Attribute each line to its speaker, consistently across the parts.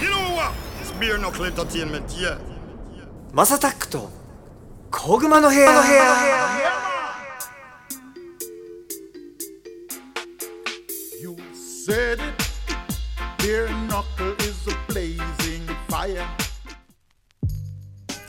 Speaker 1: You know what? It's beer knuckle entertainment, yeah.
Speaker 2: マサタックと小熊の部屋の部屋
Speaker 3: You said it. Beer knuckle is a blazing fire.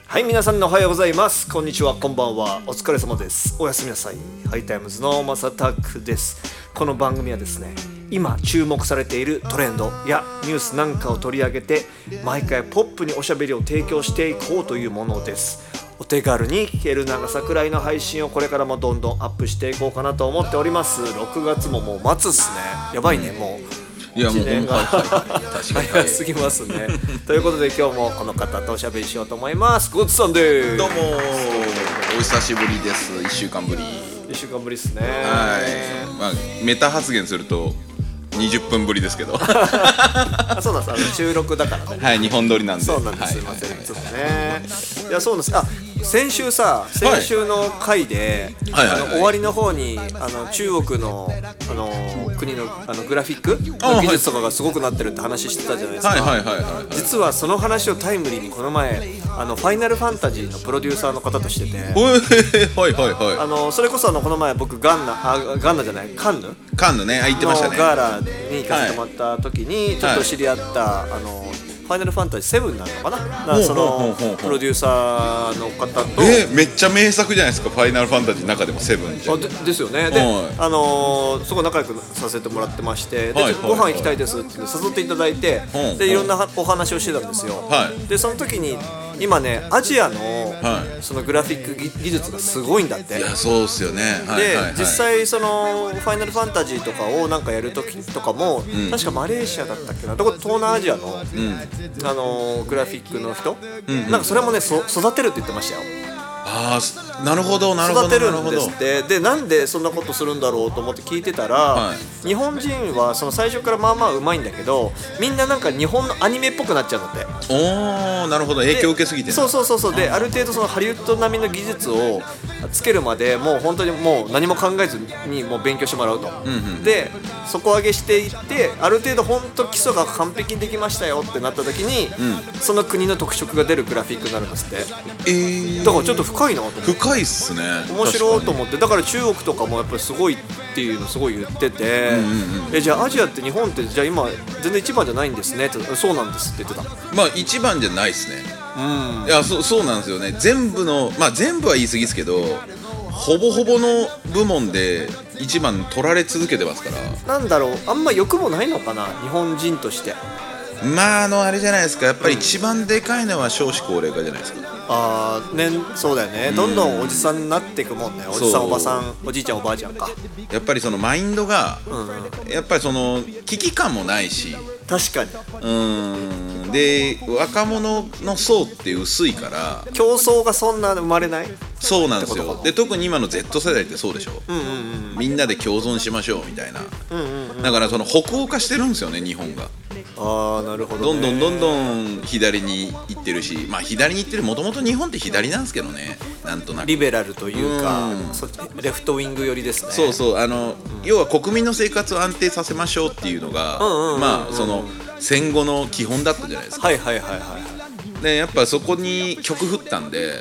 Speaker 2: はい皆さんおはようございますこんにちはこんばんはお疲れ様ですおやすみなさいハイタイムズのマサタックですこの番組はですね今注目されているトレンドやニュースなんかを取り上げて毎回ポップにおしゃべりを提供していこうというものですお手軽に聞ける長さくらいの配信をこれからもどんどんアップしていこうかなと思っております6月ももう末っすねやばいねもう
Speaker 4: いやもう
Speaker 2: 一年が
Speaker 4: はいはいはい確かには
Speaker 2: 早すぎますね。ということで今日もこの方とおしゃべりしようと思います。ゴッツさんです。
Speaker 4: いどうもお久しぶりです1週間ぶりはい
Speaker 2: 一週間ぶりですね。
Speaker 4: まあメタ発言すると20分ぶりで すけど
Speaker 2: あ、そうなんです。あの収録だからね。
Speaker 4: はい日本撮りなんで
Speaker 2: そうなんです。すい
Speaker 4: は
Speaker 2: ま
Speaker 4: い
Speaker 2: せん。いつもね。いや、そうなんです。あ、先週さ、先週の回で、
Speaker 4: はいはいはい
Speaker 2: あの終わりの方にあの中国のあの国のあのグラフィック
Speaker 4: あ
Speaker 2: の
Speaker 4: はい
Speaker 2: 技術とかがすごくなってるって話してたじゃないですか。
Speaker 4: はいはいはいはいはい
Speaker 2: 実はその話をタイムリーにこの前あのファイナルファンタジーのプロデューサーの方としてて
Speaker 4: おーはいはい
Speaker 2: あ
Speaker 4: は
Speaker 2: のそれこそあのこの前僕ガンナあガンナじゃないカンヌ
Speaker 4: いカンヌねあ言ってました
Speaker 2: の
Speaker 4: ね
Speaker 2: ガーラに行かせてもらった時にちょっと知り合った、あのファイナルファンタジー7なのかなな
Speaker 4: ほう
Speaker 2: そ
Speaker 4: ほう
Speaker 2: の
Speaker 4: ほうほう
Speaker 2: プロデューサーの方と
Speaker 4: えーめっちゃ名作じゃないですか「ファイナルファンタジー」の中でも「セブンじゃ
Speaker 2: あ
Speaker 4: ん
Speaker 2: でですよねで、
Speaker 4: はい
Speaker 2: あのーすごい仲良くさせてもらってまして、で
Speaker 4: はい
Speaker 2: ちょっとご
Speaker 4: は
Speaker 2: 飯
Speaker 4: い
Speaker 2: 行きたいですって誘っていただいて、
Speaker 4: うん
Speaker 2: で
Speaker 4: うん
Speaker 2: いろんなはお話をしてたんですよ、
Speaker 4: はい
Speaker 2: でその時に今ねアジアの、
Speaker 4: はい
Speaker 2: そのグラフィック技技術がすごいんだって
Speaker 4: いやそうっすよねはい
Speaker 2: で、
Speaker 4: はいはい
Speaker 2: 実際その「ファイナルファンタジー」とかをなんかやるときとかも、確かマレーシアだったっけなとこ東南アジアの、あのーグラフィックの人、なんかそれもねそ育てるって言ってましたよ
Speaker 4: ああすなるほどなるほど
Speaker 2: 育てる
Speaker 4: なる
Speaker 2: ん
Speaker 4: ほ
Speaker 2: で
Speaker 4: ど
Speaker 2: すってでなんでそんなことするんだろうと思って聞いてたら、
Speaker 4: は
Speaker 2: 日本人はその最初からまあまあうまいんだけどみんななんか日本のアニメっぽくなっちゃうんだって
Speaker 4: おおなるほど影響受けすぎてね
Speaker 2: そうそうそうそうである程度そのハリウッド並みの技術をつけるまでもう本当にもう何も考えずにもう勉強してもらうと、で底上げしていってある程度本当基礎が完璧にできましたよってなった時に、その国の特色が出るグラフィックになるんですって
Speaker 4: えー
Speaker 2: だからちょっと深いなと思って。
Speaker 4: 深いっすね
Speaker 2: 面白い
Speaker 4: 確
Speaker 2: と
Speaker 4: か
Speaker 2: 思ってだから中国とかもやっぱりすごいっていうのすごい言ってて、えじゃあアジアって日本ってじゃあ今全然一番じゃないんですねってそうなんですって言ってた
Speaker 4: にまあ一番じゃないっすねいやそうそうなんですよね全部のまあ全部は言い過ぎですけどほぼほぼの部門で一番取られ続けてますから
Speaker 2: なんだろうあんま欲もないのかな日本人として
Speaker 4: まああのあれじゃないですかやっぱり一番でかいのは少子高齢化じゃないですか
Speaker 2: ああねそうだよねどんどんおじさんになっていくもんねおじさん
Speaker 4: そう
Speaker 2: おばさんおじいちゃんおばあちゃんか
Speaker 4: やっぱりそのマインドが、やっぱりその危機感もないし
Speaker 2: 確かに
Speaker 4: うんで若者の層って薄いから
Speaker 2: 競争がそんな生まれない
Speaker 4: そうなんです
Speaker 2: ってこと
Speaker 4: よ
Speaker 2: か
Speaker 4: で特に今の Z 世代ってそうでしょ、みんなで共存しましょうみたいな、だからその北欧化してるんですよね日本が
Speaker 2: ああなるほ
Speaker 4: ど
Speaker 2: ど、
Speaker 4: ん
Speaker 2: ね、
Speaker 4: どんどんどん左に行ってるしまあ左に行ってるもともと日本って左なんですけどねなんとなく
Speaker 2: リベラルというか
Speaker 4: うん
Speaker 2: そっちレフトウィング寄りですね
Speaker 4: そうそうあの、要は国民の生活を安定させましょうっていうのが、まあその戦後の基本だったじゃないですか
Speaker 2: はいはいはいはい
Speaker 4: でやっぱそこに曲振ったんで、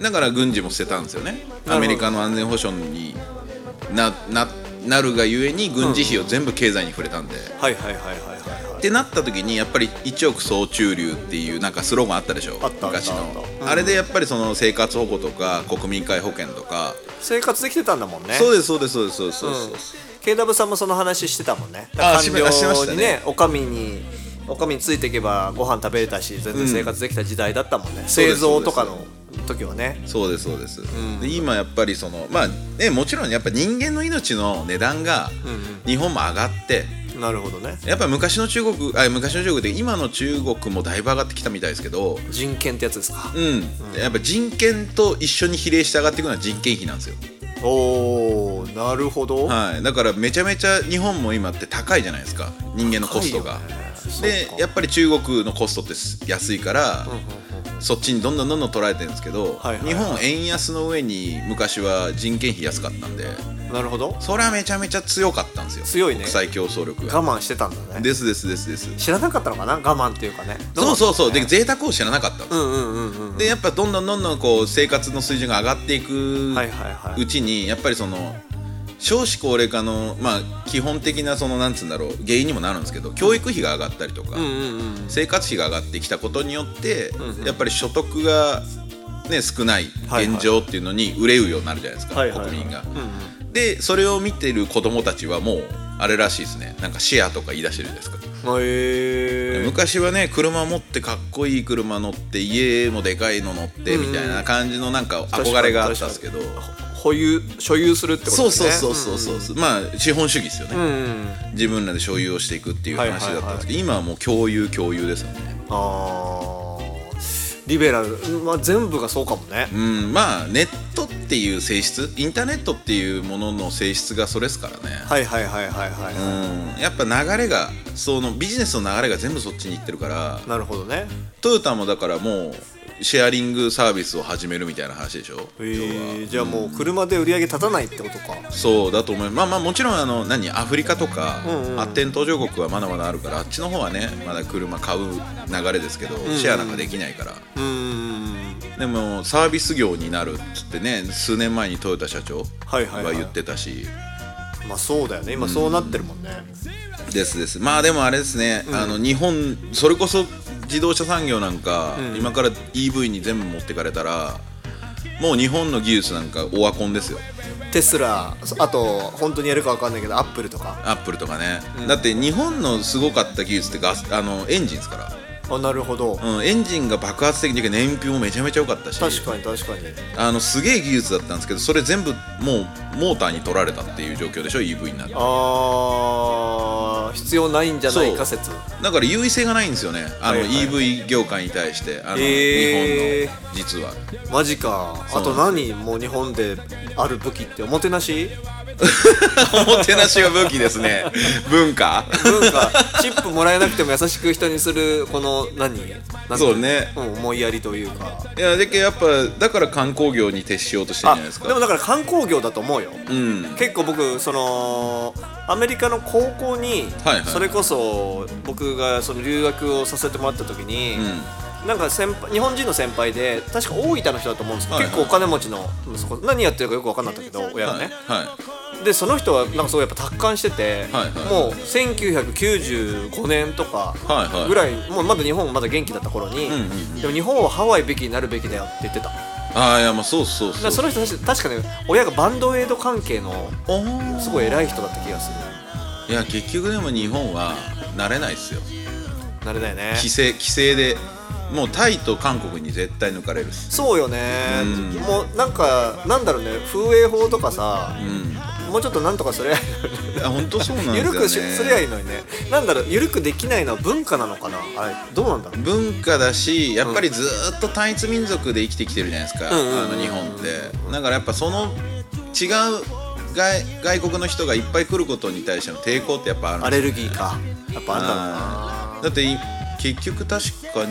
Speaker 4: だから軍事も捨てたんですよね
Speaker 2: ほど
Speaker 4: アメリカの安全保障になななるがゆえに軍事費を全部経済に触れたんで、
Speaker 2: はいはいはいはいはいはい
Speaker 4: ってなった時にやっぱり一億総中流っていうなんかスローガンあったでしょ
Speaker 2: あったあった
Speaker 4: 昔の
Speaker 2: あったうん
Speaker 4: あれでやっぱりその生活保護とか国民皆保険とか、
Speaker 2: 生活できてたんだもんね
Speaker 4: そうですそうですそうですそうですそうです、
Speaker 2: KW さんもその話してたもんね
Speaker 4: あー
Speaker 2: 官僚
Speaker 4: ししてました
Speaker 2: に
Speaker 4: ね
Speaker 2: ねおかみにおかみについていけばご飯食べれたし全然生活できた時代だったもんね、製造とかの時はね
Speaker 4: そうですそうです、で今やっぱりそのまあねもちろんやっぱ人間の命の値段が日本も上がって、
Speaker 2: なるほどね
Speaker 4: やっぱ昔の中国あ昔の中国で今の中国もだいぶ上がってきたみたいですけど
Speaker 2: 人権ってやつですか
Speaker 4: うん、やっぱ人権と一緒に比例して上がっていくのは人件費なんですよ、
Speaker 2: おおなるほど、
Speaker 4: はい、だからめちゃめちゃ日本も今って高いじゃないですか人間のコストが、
Speaker 2: 高いよねそう
Speaker 4: で
Speaker 2: か
Speaker 4: やっぱり中国のコストって安いから、そっちにどんどんどんどん捉えてるんですけど、
Speaker 2: はいはいはい
Speaker 4: 日本円安の上に昔は人件費安かったんで
Speaker 2: なるほど
Speaker 4: それはめちゃめちゃ強かったんですよ
Speaker 2: 強いね
Speaker 4: 国際競争力が
Speaker 2: 我慢してたんだね
Speaker 4: ですですですです
Speaker 2: 知らなかったのかな我慢っていうかね
Speaker 4: そうそうそうで
Speaker 2: で
Speaker 4: 贅沢を知らなかったんです
Speaker 2: う
Speaker 4: よ
Speaker 2: んうんうんうん
Speaker 4: でやっぱどんどんどんどんこう生活の水準が上がっていく
Speaker 2: はいはいはいう
Speaker 4: ちにやっぱりその少子高齢化のまあ基本的なそのなんつうんだろう原因にもなるんですけど教育費が上がったりとか、
Speaker 2: うんうんうん
Speaker 4: 生活費が上がってきたことによって、
Speaker 2: んうん
Speaker 4: やっぱり所得が、ね、少ない
Speaker 2: はいはい
Speaker 4: 現状っていうのに憂うようになるじゃないですか、
Speaker 2: はいはいはい
Speaker 4: 国民が。
Speaker 2: うんうん
Speaker 4: でそれを見てる子供たちはもうあれらしいですねなんかシェアとか言い出してるじゃないですか。
Speaker 2: へえ
Speaker 4: 昔はね車持ってかっこいい車乗って家もでかいの乗ってみたいな感じのなんか憧れがあったんですけど
Speaker 2: 保有所有するってこと
Speaker 4: そう
Speaker 2: です
Speaker 4: そう
Speaker 2: ね
Speaker 4: そうそうそうそうまあ資本主義ですよね、
Speaker 2: うんうん
Speaker 4: 自分らで所有をしていくっていう話だったんですけど、今はもう共有共有ですよね
Speaker 2: あーリベラルまあ全部がそうかもね
Speaker 4: うんまあネットっていう性質インターネットっていうものの性質がそれですからね、
Speaker 2: はいはいはいはいはい、
Speaker 4: うんやっぱ流れがそのビジネスの流れが全部そっちに行ってるから
Speaker 2: なるほどね
Speaker 4: トヨタもだからもうシェアリングサービスを始めるみたいな話でしょ
Speaker 2: えー、じゃあもう車で売り上げ立たないってことか
Speaker 4: そうだと思いますまあまあもちろんあの何アフリカとか、
Speaker 2: うんうん
Speaker 4: 発展途上国はまだまだあるからあっちの方はねまだ車買う流れですけど、
Speaker 2: ん
Speaker 4: シェアなんかできないから
Speaker 2: うーん
Speaker 4: でもサービス業になるっつってね数年前にトヨタ社長
Speaker 2: はいはいは
Speaker 4: はい言ってたし、
Speaker 2: まあそうだよね今そうなってるもんね、
Speaker 4: ですですまあでもあれですね、あの日本それこそ自動車産業なんか、
Speaker 2: ん
Speaker 4: 今から EV に全部持ってかれたらもう日本の技術なんかオワコンですよ
Speaker 2: テスラそあと本当にやるかわかんないけどアップルとか
Speaker 4: アップルとかね、だって日本のすごかった技術ってガスあのエンジンですから
Speaker 2: あなるほど、
Speaker 4: うん、エンジンが爆発的に燃費もめちゃめちゃ良かったし
Speaker 2: 確かに確かに
Speaker 4: あのすげえ技術だったんですけどそれ全部もうモーターに取られたっていう状況でしょ EV になって
Speaker 2: あー必要ないんじゃないか説
Speaker 4: だから優位性がないんですよねあの
Speaker 2: はいはい
Speaker 4: EV 業界に対してあの、
Speaker 2: へー
Speaker 4: 日本の実は
Speaker 2: マジかあと
Speaker 4: そうな
Speaker 2: 何もう日本である武器っておもてなし
Speaker 4: おもてなしが武器です ね文化
Speaker 2: 文 化チップもらえなくても優しく人にするこの何なん
Speaker 4: そうね
Speaker 2: うん思いやりというか
Speaker 4: いやだけどやっぱだから観光業に徹しようとしてるん
Speaker 2: あ
Speaker 4: じゃないですか
Speaker 2: でもだから観光業だと思うよ
Speaker 4: うん
Speaker 2: 結構僕そのアメリカの高校に、
Speaker 4: はいはい
Speaker 2: それこそ僕がその留学をさせてもらった時に、
Speaker 4: う
Speaker 2: なんか先輩日本人の先輩で確か大分の人だと思うんですけど、
Speaker 4: はいはい
Speaker 2: 結構お金持ちの息子何やってるかよく分かんなかったけど親が
Speaker 4: ん
Speaker 2: ね、
Speaker 4: はい、はい
Speaker 2: でその人はなんかすごいやっぱ達観してて、
Speaker 4: はいはい
Speaker 2: もう1995年とか
Speaker 4: はいはい
Speaker 2: ぐらい、もうまだ日本まだ元気だった頃に、
Speaker 4: ん
Speaker 2: でも日本はハワイべきになるべきだよって言ってただか
Speaker 4: ああいやまあそうそうそ
Speaker 2: ら
Speaker 4: う
Speaker 2: その人確か確かね親がバンドエイド関係の
Speaker 4: おー
Speaker 2: すごい偉い人だった気がする
Speaker 4: いや結局でも日本は慣れないっすよ
Speaker 2: なれだよね
Speaker 4: 規制規制でもうタイと韓国に絶対抜かれるっす
Speaker 2: そうよね、
Speaker 4: うん
Speaker 2: もうなんかなんだろうね風営法とかさ
Speaker 4: う、ん
Speaker 2: もうちょっとなんとかすりゃい
Speaker 4: いや本当そうなん
Speaker 2: いの
Speaker 4: で
Speaker 2: に
Speaker 4: すよ
Speaker 2: 緩
Speaker 4: ね
Speaker 2: くしすりゃいいのにねなんだろう緩くできないのは文化なのかなあれどうなんだろう
Speaker 4: 文化だしやっぱりずーっと単一民族で生きてきてるじゃないです
Speaker 2: う
Speaker 4: か、
Speaker 2: んうんうん
Speaker 4: あの日本ってだからやっぱその違う外外国の人がいっぱい来ることに対しての抵抗ってやっぱあるん
Speaker 2: ア
Speaker 4: です
Speaker 2: レルギーかやっぱあんだろうな
Speaker 4: あーだってい結局確か日本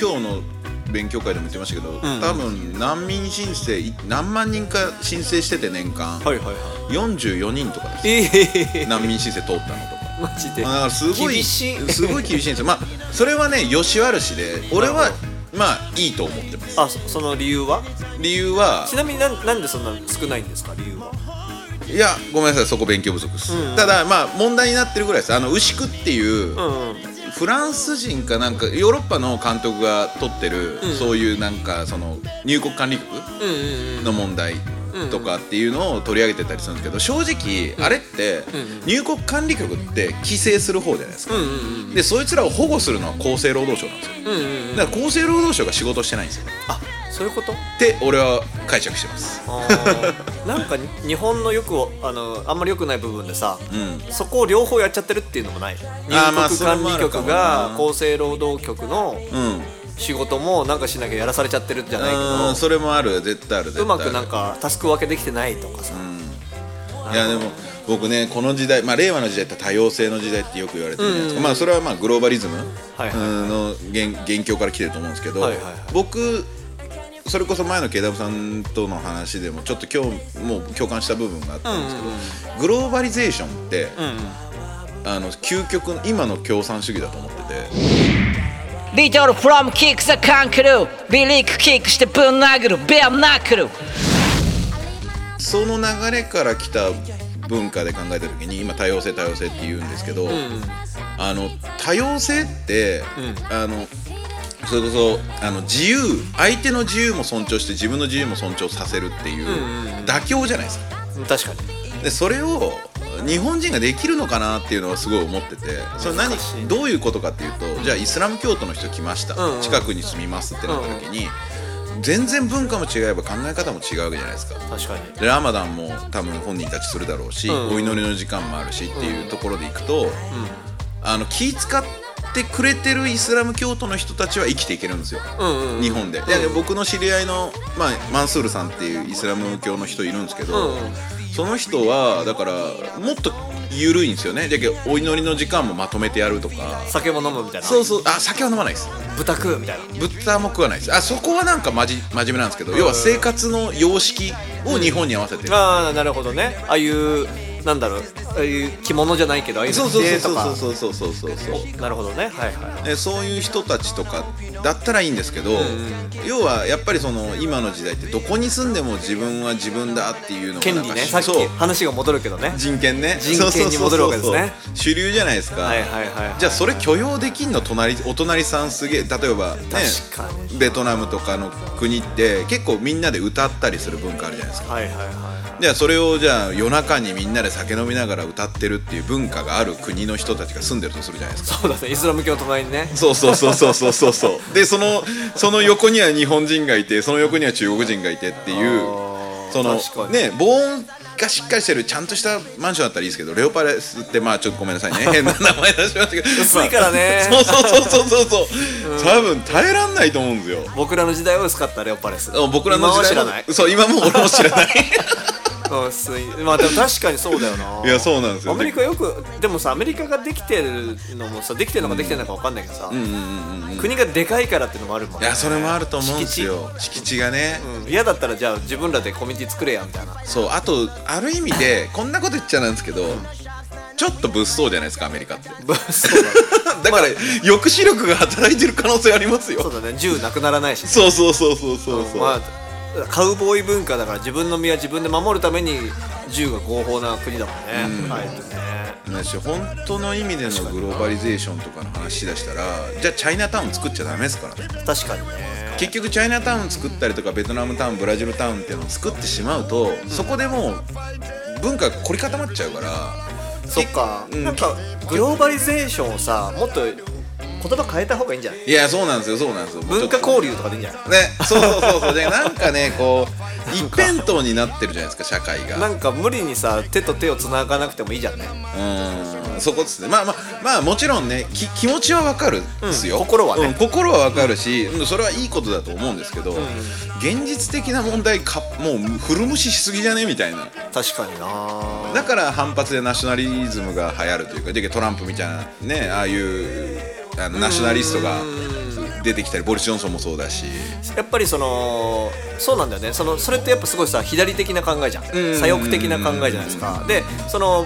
Speaker 4: 今日の勉強会でも言ってましたけど、
Speaker 2: ん
Speaker 4: 多分難民申請い何万人か申請してて年間、
Speaker 2: はいはいはい
Speaker 4: 44人とかです
Speaker 2: ええ
Speaker 4: 難民申請通ったのとか。
Speaker 2: マジで
Speaker 4: まあだからすごい
Speaker 2: 厳しい
Speaker 4: すごい厳しいんですよまあそれはねよし悪しで俺
Speaker 2: な
Speaker 4: は
Speaker 2: るほ
Speaker 4: まあいいと思ってます
Speaker 2: あそその理由は
Speaker 4: 理由は
Speaker 2: ちなみになんなんでそんな少ないんですか理由はい
Speaker 4: やごめんなさいそこ勉強不足です、
Speaker 2: うんうん
Speaker 4: ただまあ問題になってるぐらいですあの牛久っていう、
Speaker 2: うんうん
Speaker 4: フランス人かなんかヨーロッパの監督が取ってる、
Speaker 2: うん
Speaker 4: そういうなんかその入国管理局
Speaker 2: うんうん
Speaker 4: の問題とかっていうのを取り上げてたりするんですけど正直あれって
Speaker 2: うんうん
Speaker 4: 入国管理局って規制する方じゃないですか
Speaker 2: うんうん
Speaker 4: でそいつらを保護するのは厚生労働省なんですよ
Speaker 2: うんうんうんうん
Speaker 4: だから厚生労働省が仕事してないんですよ
Speaker 2: あそういう こと
Speaker 4: って俺は解釈してます
Speaker 2: あーなんかに日本のよくあのあんまり良くない部分でさ
Speaker 4: うん
Speaker 2: そこを両方やっちゃってるっていうのもない入
Speaker 4: ーまあ
Speaker 2: 国管理局
Speaker 4: それもあるか
Speaker 2: が
Speaker 4: もな
Speaker 2: 厚生労働局の
Speaker 4: うん
Speaker 2: 仕事もなんかしなきゃやらされちゃってるじゃない
Speaker 4: うん
Speaker 2: け
Speaker 4: それもある絶対ある絶
Speaker 2: ど
Speaker 4: 対
Speaker 2: う
Speaker 4: ある
Speaker 2: まくなんかタスク分けできてないとかさ
Speaker 4: うんいやでも僕ねこの時代、まあ、令和の時代って多様性の時代ってよく言われてるじゃないですか、まあ、それはまあグローバリズム
Speaker 2: はいはい
Speaker 4: うんの元元凶から来てると思うんですけど、
Speaker 2: はいはいはい
Speaker 4: 僕それこそ前の KW さんとの話でもちょっと今日もう共感した部分があったんですけど、グローバリゼーションって、あの究極の今の共産主義だと思ってて。
Speaker 5: Little from kick the kangaroo ビリックキックしてぶん殴るベアナックル
Speaker 4: その流れから来た文化で考えた時に今多様性多様性って言うんですけど、あの多様性って、あのそれこそあの自由相手の自由も尊重して自分の自由も尊重させるっていう妥協じゃないですか。
Speaker 2: 確かに
Speaker 4: でそれを日本人ができるのかなっていうのはすごい思っててそれ何どういうことかっていうとじゃあイスラム教徒の人来ました、
Speaker 2: ん
Speaker 4: 近くに住みますってなった時に、全然文化も違えば考え方も違うわけじゃないですか。
Speaker 2: 確かに
Speaker 4: でラマダンも多分本人たちするだろうし、お祈りの時間もあるしっていうところでいくと、あの気使ってくれてるイスラム教徒の人たちは生きていけるんですよ、日本で。で僕の知り合いの、まあ、マンスールさんっていうイスラム教の人いるんですけど、その人はだからもっと緩いんですよねだけどお祈りの時間もまとめてやるとか。
Speaker 2: 酒も飲むみたいな
Speaker 4: そうそうあ酒は飲まないです
Speaker 2: 豚食うみたいな
Speaker 4: 豚も食わないですあそこはなんかまじ真面目なんですけど要は生活の様式を日本に合わせてる
Speaker 2: ああなるほどねああいうなんだろうああいう着物じゃないけどああいう
Speaker 4: そ
Speaker 2: の
Speaker 4: うそう
Speaker 2: 着てとか
Speaker 4: そうそうそうそうそうそうそう
Speaker 2: なるほどねはいはい
Speaker 4: えそういう人たちとかだったらいいんですけど、要はやっぱりその今の時代ってどこに住んでも自分は自分だっていうのが
Speaker 2: 権
Speaker 4: なん
Speaker 2: 利
Speaker 4: か
Speaker 2: ねさっき
Speaker 4: そう
Speaker 2: 話が戻るけどね
Speaker 4: 人権ね
Speaker 2: 人権に戻るわけですね
Speaker 4: そうそうそうそう主流じゃないですか、
Speaker 2: はいはいはいはい
Speaker 4: じゃあそれ許容できんの隣お隣さんすげえ例えばね
Speaker 2: 確かに
Speaker 4: ベトナムとかの国って結構みんなで歌ったりする文化あるじゃないですか
Speaker 2: はいはいは
Speaker 4: じゃあそれをじゃあ夜中にみんなで酒飲みながら歌ってるっていう文化がある国の人たちが住んでるとするじゃないですか
Speaker 2: いそうだねイスラム教の隣にね
Speaker 4: そうそうそうそうそうそうそうでそのその横には日本人がいてその横には中国人がいてっていう
Speaker 2: あー
Speaker 4: その
Speaker 2: 確かに
Speaker 4: ね防音がしっかりしてるちゃんとしたマンションだったらいいですけどレオパレスってまあちょっとごめんなさい ね変な名前出しましたけど
Speaker 2: 薄いからね
Speaker 4: まあそうそうそうそうそうそう多分耐えらんないと思うんですよ
Speaker 2: 僕らの時代は薄かったレオパレス
Speaker 4: 僕らの時代
Speaker 2: 今は知らない
Speaker 4: そう今も俺も知ら ない
Speaker 2: うん薄いまあでも確かにそうだよ ない
Speaker 4: やそうなんですよ
Speaker 2: アメリカよくでもさアメリカができてるのもさできてるのかできてるのかわかんないけどさ、国がでかいからっていうのもあるもん
Speaker 4: い
Speaker 2: ね
Speaker 4: やそれもあると思うんですよ敷地がね、
Speaker 2: うん嫌だったらじゃあ自分らでコミュニティ作れやみたいな
Speaker 4: そうあとある意味でこんなこと言っちゃなんですけどちょっと物騒じゃないですかアメリカって
Speaker 2: ぶそうだ
Speaker 4: だから抑止力が働いてる可能性あります
Speaker 2: そうだ
Speaker 4: よ。
Speaker 2: ね銃なくならないし
Speaker 4: そうそうそうそうそうそう。
Speaker 2: まあカウボーイ文化だから自分の身は自分で守るために銃が合法な国だもんね、あえてね
Speaker 4: 私本当の意味でのグローバリゼーションとかの話しだしたらじゃあチャイナタウン作っちゃダメですからね
Speaker 2: 確かにね
Speaker 4: 結局チャイナタウン作ったりとかベトナムタウンブラジルタウンっていうのを作ってしまうと、そこでもう文化が凝り固まっちゃうから
Speaker 2: そっか、
Speaker 4: うん
Speaker 2: なんかグローバリゼーションをさもっと言葉変えた方がいいんじゃない
Speaker 4: いやそうなんですよそうなんですよ
Speaker 2: 文化
Speaker 4: ちょっ
Speaker 2: 交流とかでいいんじゃない
Speaker 4: とねそうそうそうそうでなんかねこう一辺倒になってるじゃないですか社会が
Speaker 2: なんか無理にさ手と手を繋がなくてもいいじゃんね、
Speaker 4: うんそこですねまあまあまあもちろんねき気持ちはわかるんですよ、
Speaker 2: うん心はね
Speaker 4: うん心はわかるし、うんそれはいいことだと思うんですけど、現実的な問題かもう古無視しすぎじゃねみたいな
Speaker 2: 確かにな
Speaker 4: だから反発でナショナリズムが流行るというかでトランプみたいなねああいうあのナショナリストが出てきたりボリス・ジョンソンもそうだし
Speaker 2: やっぱりそのそうなんだよねそのそれってやっぱすごいさ左的な考えじゃん左翼的な考えじゃないですかでその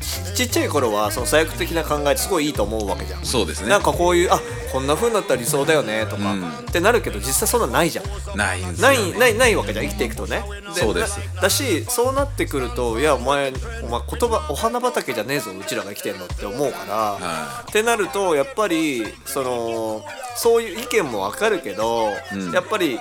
Speaker 2: ちちっちゃい頃はその左翼的な考えってすごいいいと思うわけじゃん
Speaker 4: そうですね
Speaker 2: なんかこういうあこんな風になったら理想だよねとか、ってなるけど実際そんなないじゃん
Speaker 4: ないんですよ
Speaker 2: な
Speaker 4: ね
Speaker 2: いないないわけじゃん生きていくとね
Speaker 4: そうです
Speaker 2: だだしそうなってくるといやお前お前言葉お花畑じゃねえぞうちらが生きてんのって思うから、
Speaker 4: は
Speaker 2: ってなるとやっぱりそのそういう意見もわかるけど、やっぱり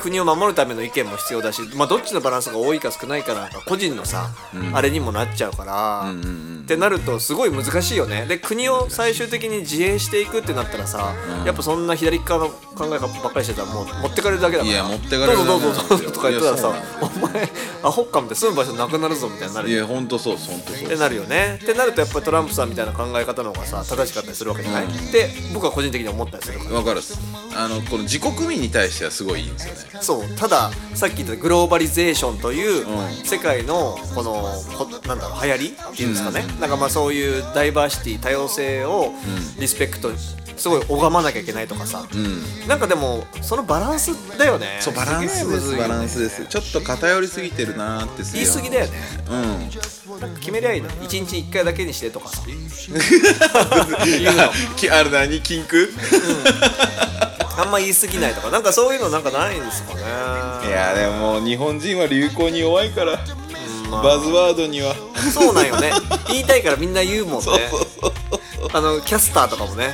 Speaker 2: 国を守るための意見も必要だし、まあ、どっちのバランスが多いか少ないかなんか個人のさ、あれにもなっちゃうから、ってなるとすごい難しいよねで国を最終的に自衛していくってなったらさ、やっぱそんな左側の考えばっかりしてたらもう持ってかれるだけだから
Speaker 4: いや持ってかれるだけ
Speaker 2: どうぞど
Speaker 4: な
Speaker 2: うんぞ
Speaker 4: です
Speaker 2: どうぞ
Speaker 4: よ
Speaker 2: とか言ってたらさ
Speaker 4: いや
Speaker 2: お前アホっかみたいな住む場所なくなるぞみたいになる
Speaker 4: いや本当そうです本当そう
Speaker 2: っ
Speaker 4: で
Speaker 2: て
Speaker 4: す
Speaker 2: なるよねってなるとやっぱりトランプさんみたいな考え方の方がさ正しかったりするわけじゃない、で僕は個人的に思ったりするから
Speaker 4: わかるっすあのこの自国民に対してはすごいいいんですよね
Speaker 2: そうたださっき言ったグローバリゼーションという
Speaker 4: うん
Speaker 2: 世界のこのこなんだろう流行りっていうんですかね、なんかまあそういうダイバーシティ多様性をリスペクトすごい拝まなきゃいけないとかさ、なんかでもそのバランスだよね
Speaker 4: そうバランス
Speaker 2: げえ
Speaker 4: で
Speaker 2: むずい
Speaker 4: す
Speaker 2: よね
Speaker 4: バランスですちょっと偏りすぎてるなーって
Speaker 2: 言い過ぎだよね
Speaker 4: うん
Speaker 2: 決めりゃいいの1日1回だけにしてとかさ
Speaker 4: き あれ何禁句
Speaker 2: あんま言い過ぎないとかなんかそういうのなんかないんですかね
Speaker 4: いやでももう日本人は流行に弱いからバズワードには
Speaker 2: そうなんよね言いたいからみんな言うもんねあのキャスターとかもね、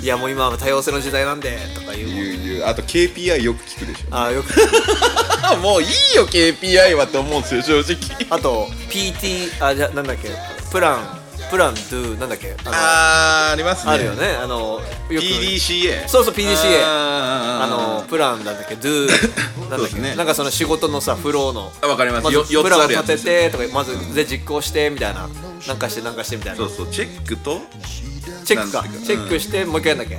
Speaker 2: いやもう今は多様性の時代なんでとか言うもん
Speaker 4: 言う言うあと KPI よく聞く でし
Speaker 2: あーよく
Speaker 4: ょもういいよ KPI はって思うんですよ正直
Speaker 2: あと PT あじゃなんだっけプランプランドゥなんだっけあのあ
Speaker 4: あーありますね
Speaker 2: るよねあのよく
Speaker 4: PDCA
Speaker 2: そうそう PDCA あ
Speaker 4: あ
Speaker 2: のプランなんだっけド ゥなんだっけ、
Speaker 4: そうですね
Speaker 2: なんかその仕事のさフローの
Speaker 4: あわかります
Speaker 2: まず
Speaker 4: よ四つ
Speaker 2: プラン
Speaker 4: あ
Speaker 2: を
Speaker 4: るやつ
Speaker 2: 立ててとかまずで実行してみたいななんかしてなんかしてみたい
Speaker 4: そ
Speaker 2: な
Speaker 4: うそうチェックと
Speaker 2: チェックか
Speaker 4: なんだっけ
Speaker 2: チェックしてもう一回やんだっけ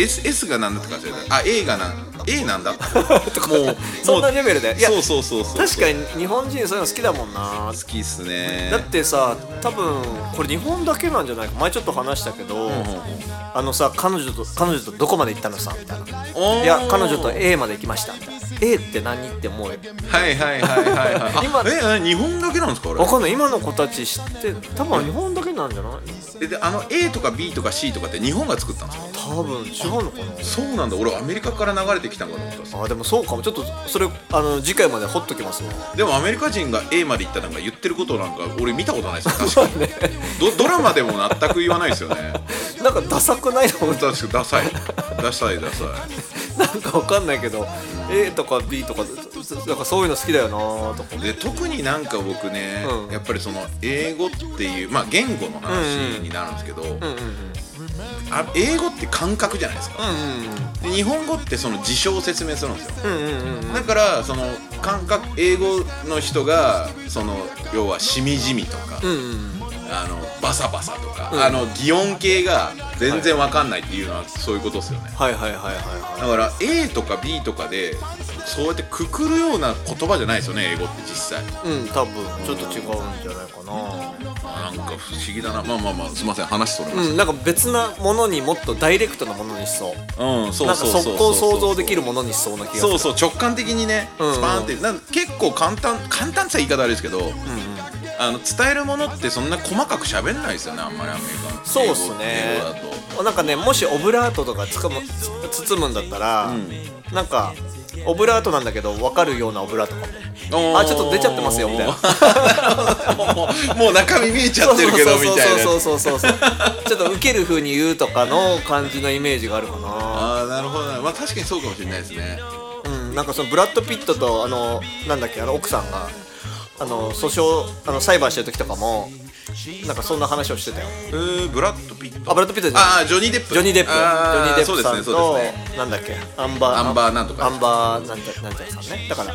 Speaker 4: S, S が何だったか忘れたあ A がなん A な んだもう
Speaker 2: そんなレベルでいや
Speaker 4: そうそうそうそう
Speaker 2: 確かに日本人そういうの好きだもんな
Speaker 4: 好きっすね
Speaker 2: だってさ多分これ日本だけなんじゃないか前ちょっと話したけど、あのさ彼女と彼女とどこまで行ったのさみたいな
Speaker 4: おー
Speaker 2: いや彼女と A まで行きましたみたいな A って何ってもう
Speaker 4: はいはいはいはい はい
Speaker 2: 今
Speaker 4: 今え日本だけなんですかあれ
Speaker 2: わかんない今の子たち知って多分日本だけなんじゃない
Speaker 4: えであの A とか B とか C とかって日本が作ったんですか
Speaker 2: 多分違うのか
Speaker 4: そうなんだ俺アメリカから流れてきたんかと思ったっす
Speaker 2: なあでもそうかもちょっとそれあの次回までほっときますわ
Speaker 4: でもアメリカ人が A まで行ったなんか言ってることなんか俺見たことないですよ確かに、どドラマでも全く言わな いですよね
Speaker 2: なんかダサくないの
Speaker 4: 確かダサいダサいダサい
Speaker 2: なんかわかんないけど A とか B とかなんかそういうの好きだよなとか
Speaker 4: で特になんか僕ね、
Speaker 2: うん
Speaker 4: やっぱりその英語っていうまあ言語の話になるんですけど、あ英語って感覚じゃないですか、で日本語ってその事象を説明するんですよ、だからその感覚英語の人がその要はしみじみとか、あのバサバサとか、あの擬音系が全然わかんないっていうのはそういうことですよね、
Speaker 2: はいはいはいはいは
Speaker 4: だから A とか B とかでそうやってくくるような言葉じゃないですよね英語って実際
Speaker 2: いうん多分ちょっと違うんじゃないかな
Speaker 4: あなんか不思議だなまあまあまあすいません話それま
Speaker 2: う
Speaker 4: し
Speaker 2: ん、なんか別なものにもっとダイレクトなものにしそう
Speaker 4: たうん、そう
Speaker 2: なん
Speaker 4: そ
Speaker 2: か
Speaker 4: うそう
Speaker 2: 速攻想像できるものにしそうな気がする
Speaker 4: そうそう直感的にねス
Speaker 2: うんうん
Speaker 4: パーンってなん結構簡単簡単って言い方あれですけど、あの伝えるものってそんな細かく喋んないですよねあんまりアメリカの
Speaker 2: そうっすね
Speaker 4: 英語だと
Speaker 2: なんかねもしオブラートとかつかむつ包むんだったら、
Speaker 4: ん
Speaker 2: なんかオブラートなんだけど分かるようなオブラートかも
Speaker 4: おー
Speaker 2: あちょっと出ちゃってますよみたいな
Speaker 4: もうもう中身見えちゃってるけどみたいな
Speaker 2: そうそうそうそうそうそうちょっとウケる風に言うとかの感じのイメージがあるかな
Speaker 4: ああなるほどなまあ確かにそうかもしれないですね
Speaker 2: うんなんかそのブラッド・ピットとあのなんだっけあの奥さんがあの訴訟あの裁判してる時とかもなんかそんな話をしてたよ
Speaker 4: えー、ブラッド・ピット
Speaker 2: あブラッドピットじゃない
Speaker 4: ああジョニー・デップ
Speaker 2: ジョニー・デップ、ジ
Speaker 4: あ
Speaker 2: ョニー・デッ
Speaker 4: そう
Speaker 2: プ
Speaker 4: です
Speaker 2: さ
Speaker 4: ね
Speaker 2: ん
Speaker 4: そう
Speaker 2: と、
Speaker 4: ですね
Speaker 2: なんだっけ、アンバー、
Speaker 4: アンバーなんとか
Speaker 2: アンバーなんちゃなんちゃらさんね。だから、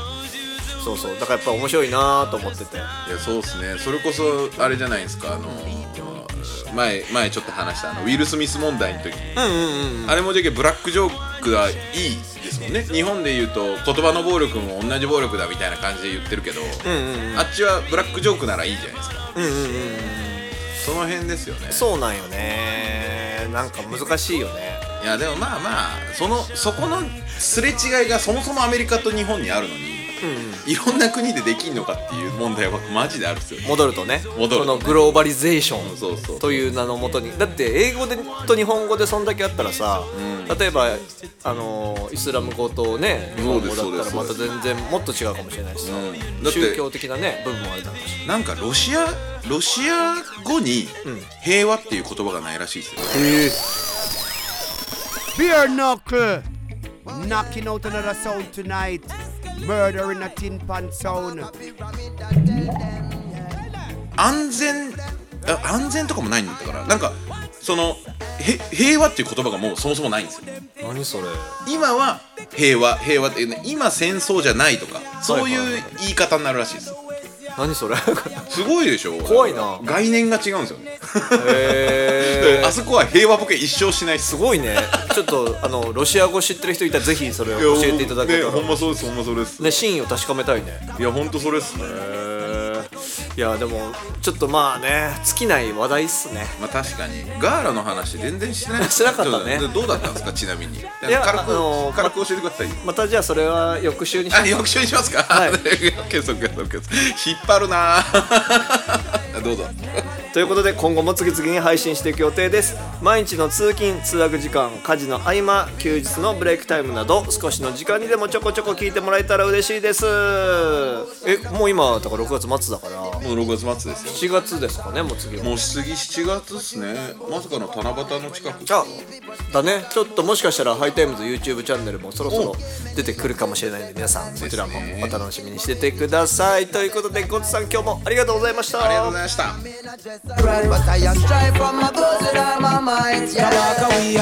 Speaker 2: そうそう、だからやっぱ面白いなと思ってて、
Speaker 4: いやそうですねそれこそあれじゃないですかあの前前ちょっと話したあのウィル・スミス問題の時に、あれもじゃけブラックジョークはいいですもんね日本で言うと言葉の暴力も同じ暴力だみたいな感じで言ってるけど、あっちはブラックジョークならいいじゃないですか、その辺ですよね
Speaker 2: そうなんよね、なんか難しいよね。
Speaker 4: いやでもまあまあそのそこのすれ違いがそもそもアメリカと日本にあるのに、いろんな国でできんのかっていう問題はマジであるんですよね
Speaker 2: 戻るとね、
Speaker 4: 戻
Speaker 2: こ
Speaker 4: るとね
Speaker 2: のグローバリゼーション
Speaker 4: そうそう
Speaker 2: という名のもとにだって英語でと日本語でそんだけあったらさ、例えば、あのーイスラム語とね日本語だ
Speaker 4: そうで
Speaker 2: っ
Speaker 4: す
Speaker 2: たら
Speaker 4: そう
Speaker 2: ま
Speaker 4: で
Speaker 2: た
Speaker 4: す
Speaker 2: 全然もっと違うかもしれないしさ、
Speaker 4: うんだって
Speaker 2: 宗教的なね部分もあるだろうし
Speaker 4: なんかロシアロシア語に平和っていう言葉がないらしいですよ、
Speaker 6: Beer knuckle. Knocking out another sound tonight. Murder in a tin pan sound.
Speaker 4: 安全あ安全とかもないんだからなんかそのへ平和っていう言葉がもうそもそもないんですよ
Speaker 2: 何それ
Speaker 4: 今は平和平和っていうね今戦争じゃないとかそういう言い方になるらしいです
Speaker 2: 何それ
Speaker 4: すごいでしょ
Speaker 2: 怖いな
Speaker 4: 概念が違うんですよね、
Speaker 2: へー
Speaker 4: あそこは平和ボケ一生しないっす
Speaker 2: すごいねちょっとあのロシア語知ってる人いたらぜひそれを教えていただけた
Speaker 4: ね
Speaker 2: ら
Speaker 4: ほんまそうですほんまそれです、
Speaker 2: ね真意を確かめたいね
Speaker 4: いやほんとそれっすね
Speaker 2: いやでもちょっとまあね尽きない話題っすね
Speaker 4: まあ確かにガーラの話全然してない
Speaker 2: してなかったね
Speaker 4: どうだどうだったんですかちなみにい
Speaker 2: や
Speaker 4: や軽く、
Speaker 2: あのー
Speaker 4: 軽く教えてくださいよ
Speaker 2: またじゃあそれは翌週にし
Speaker 4: あ、
Speaker 2: ましょう
Speaker 4: 翌週にしますか。
Speaker 2: はい
Speaker 4: OK です OK です OK です引っ張るなぁ。 どうぞ。
Speaker 2: ということで今後も次々に配信していく予定です毎日の通勤通学時間家事の合間休日のブレイクタイムなど少しの時間にでもちょこちょこ聞いてもらえたら嬉しいですえもう今だから6月末だから
Speaker 4: もう6月末ですよ。
Speaker 2: 7月ですかねもう次は
Speaker 4: もう次7月っすね。まさかの七夕の近く。
Speaker 2: あだねちょっともしかしたらハイタイムズ YouTube チャンネルもそろそろ出てくるかもしれないんで皆さんそちらもお楽しみにしててくださいということでゴッツさん今日もありがとうございました
Speaker 4: ありがとうございました。
Speaker 7: But I am strive from my goals and all my mind. Yeah,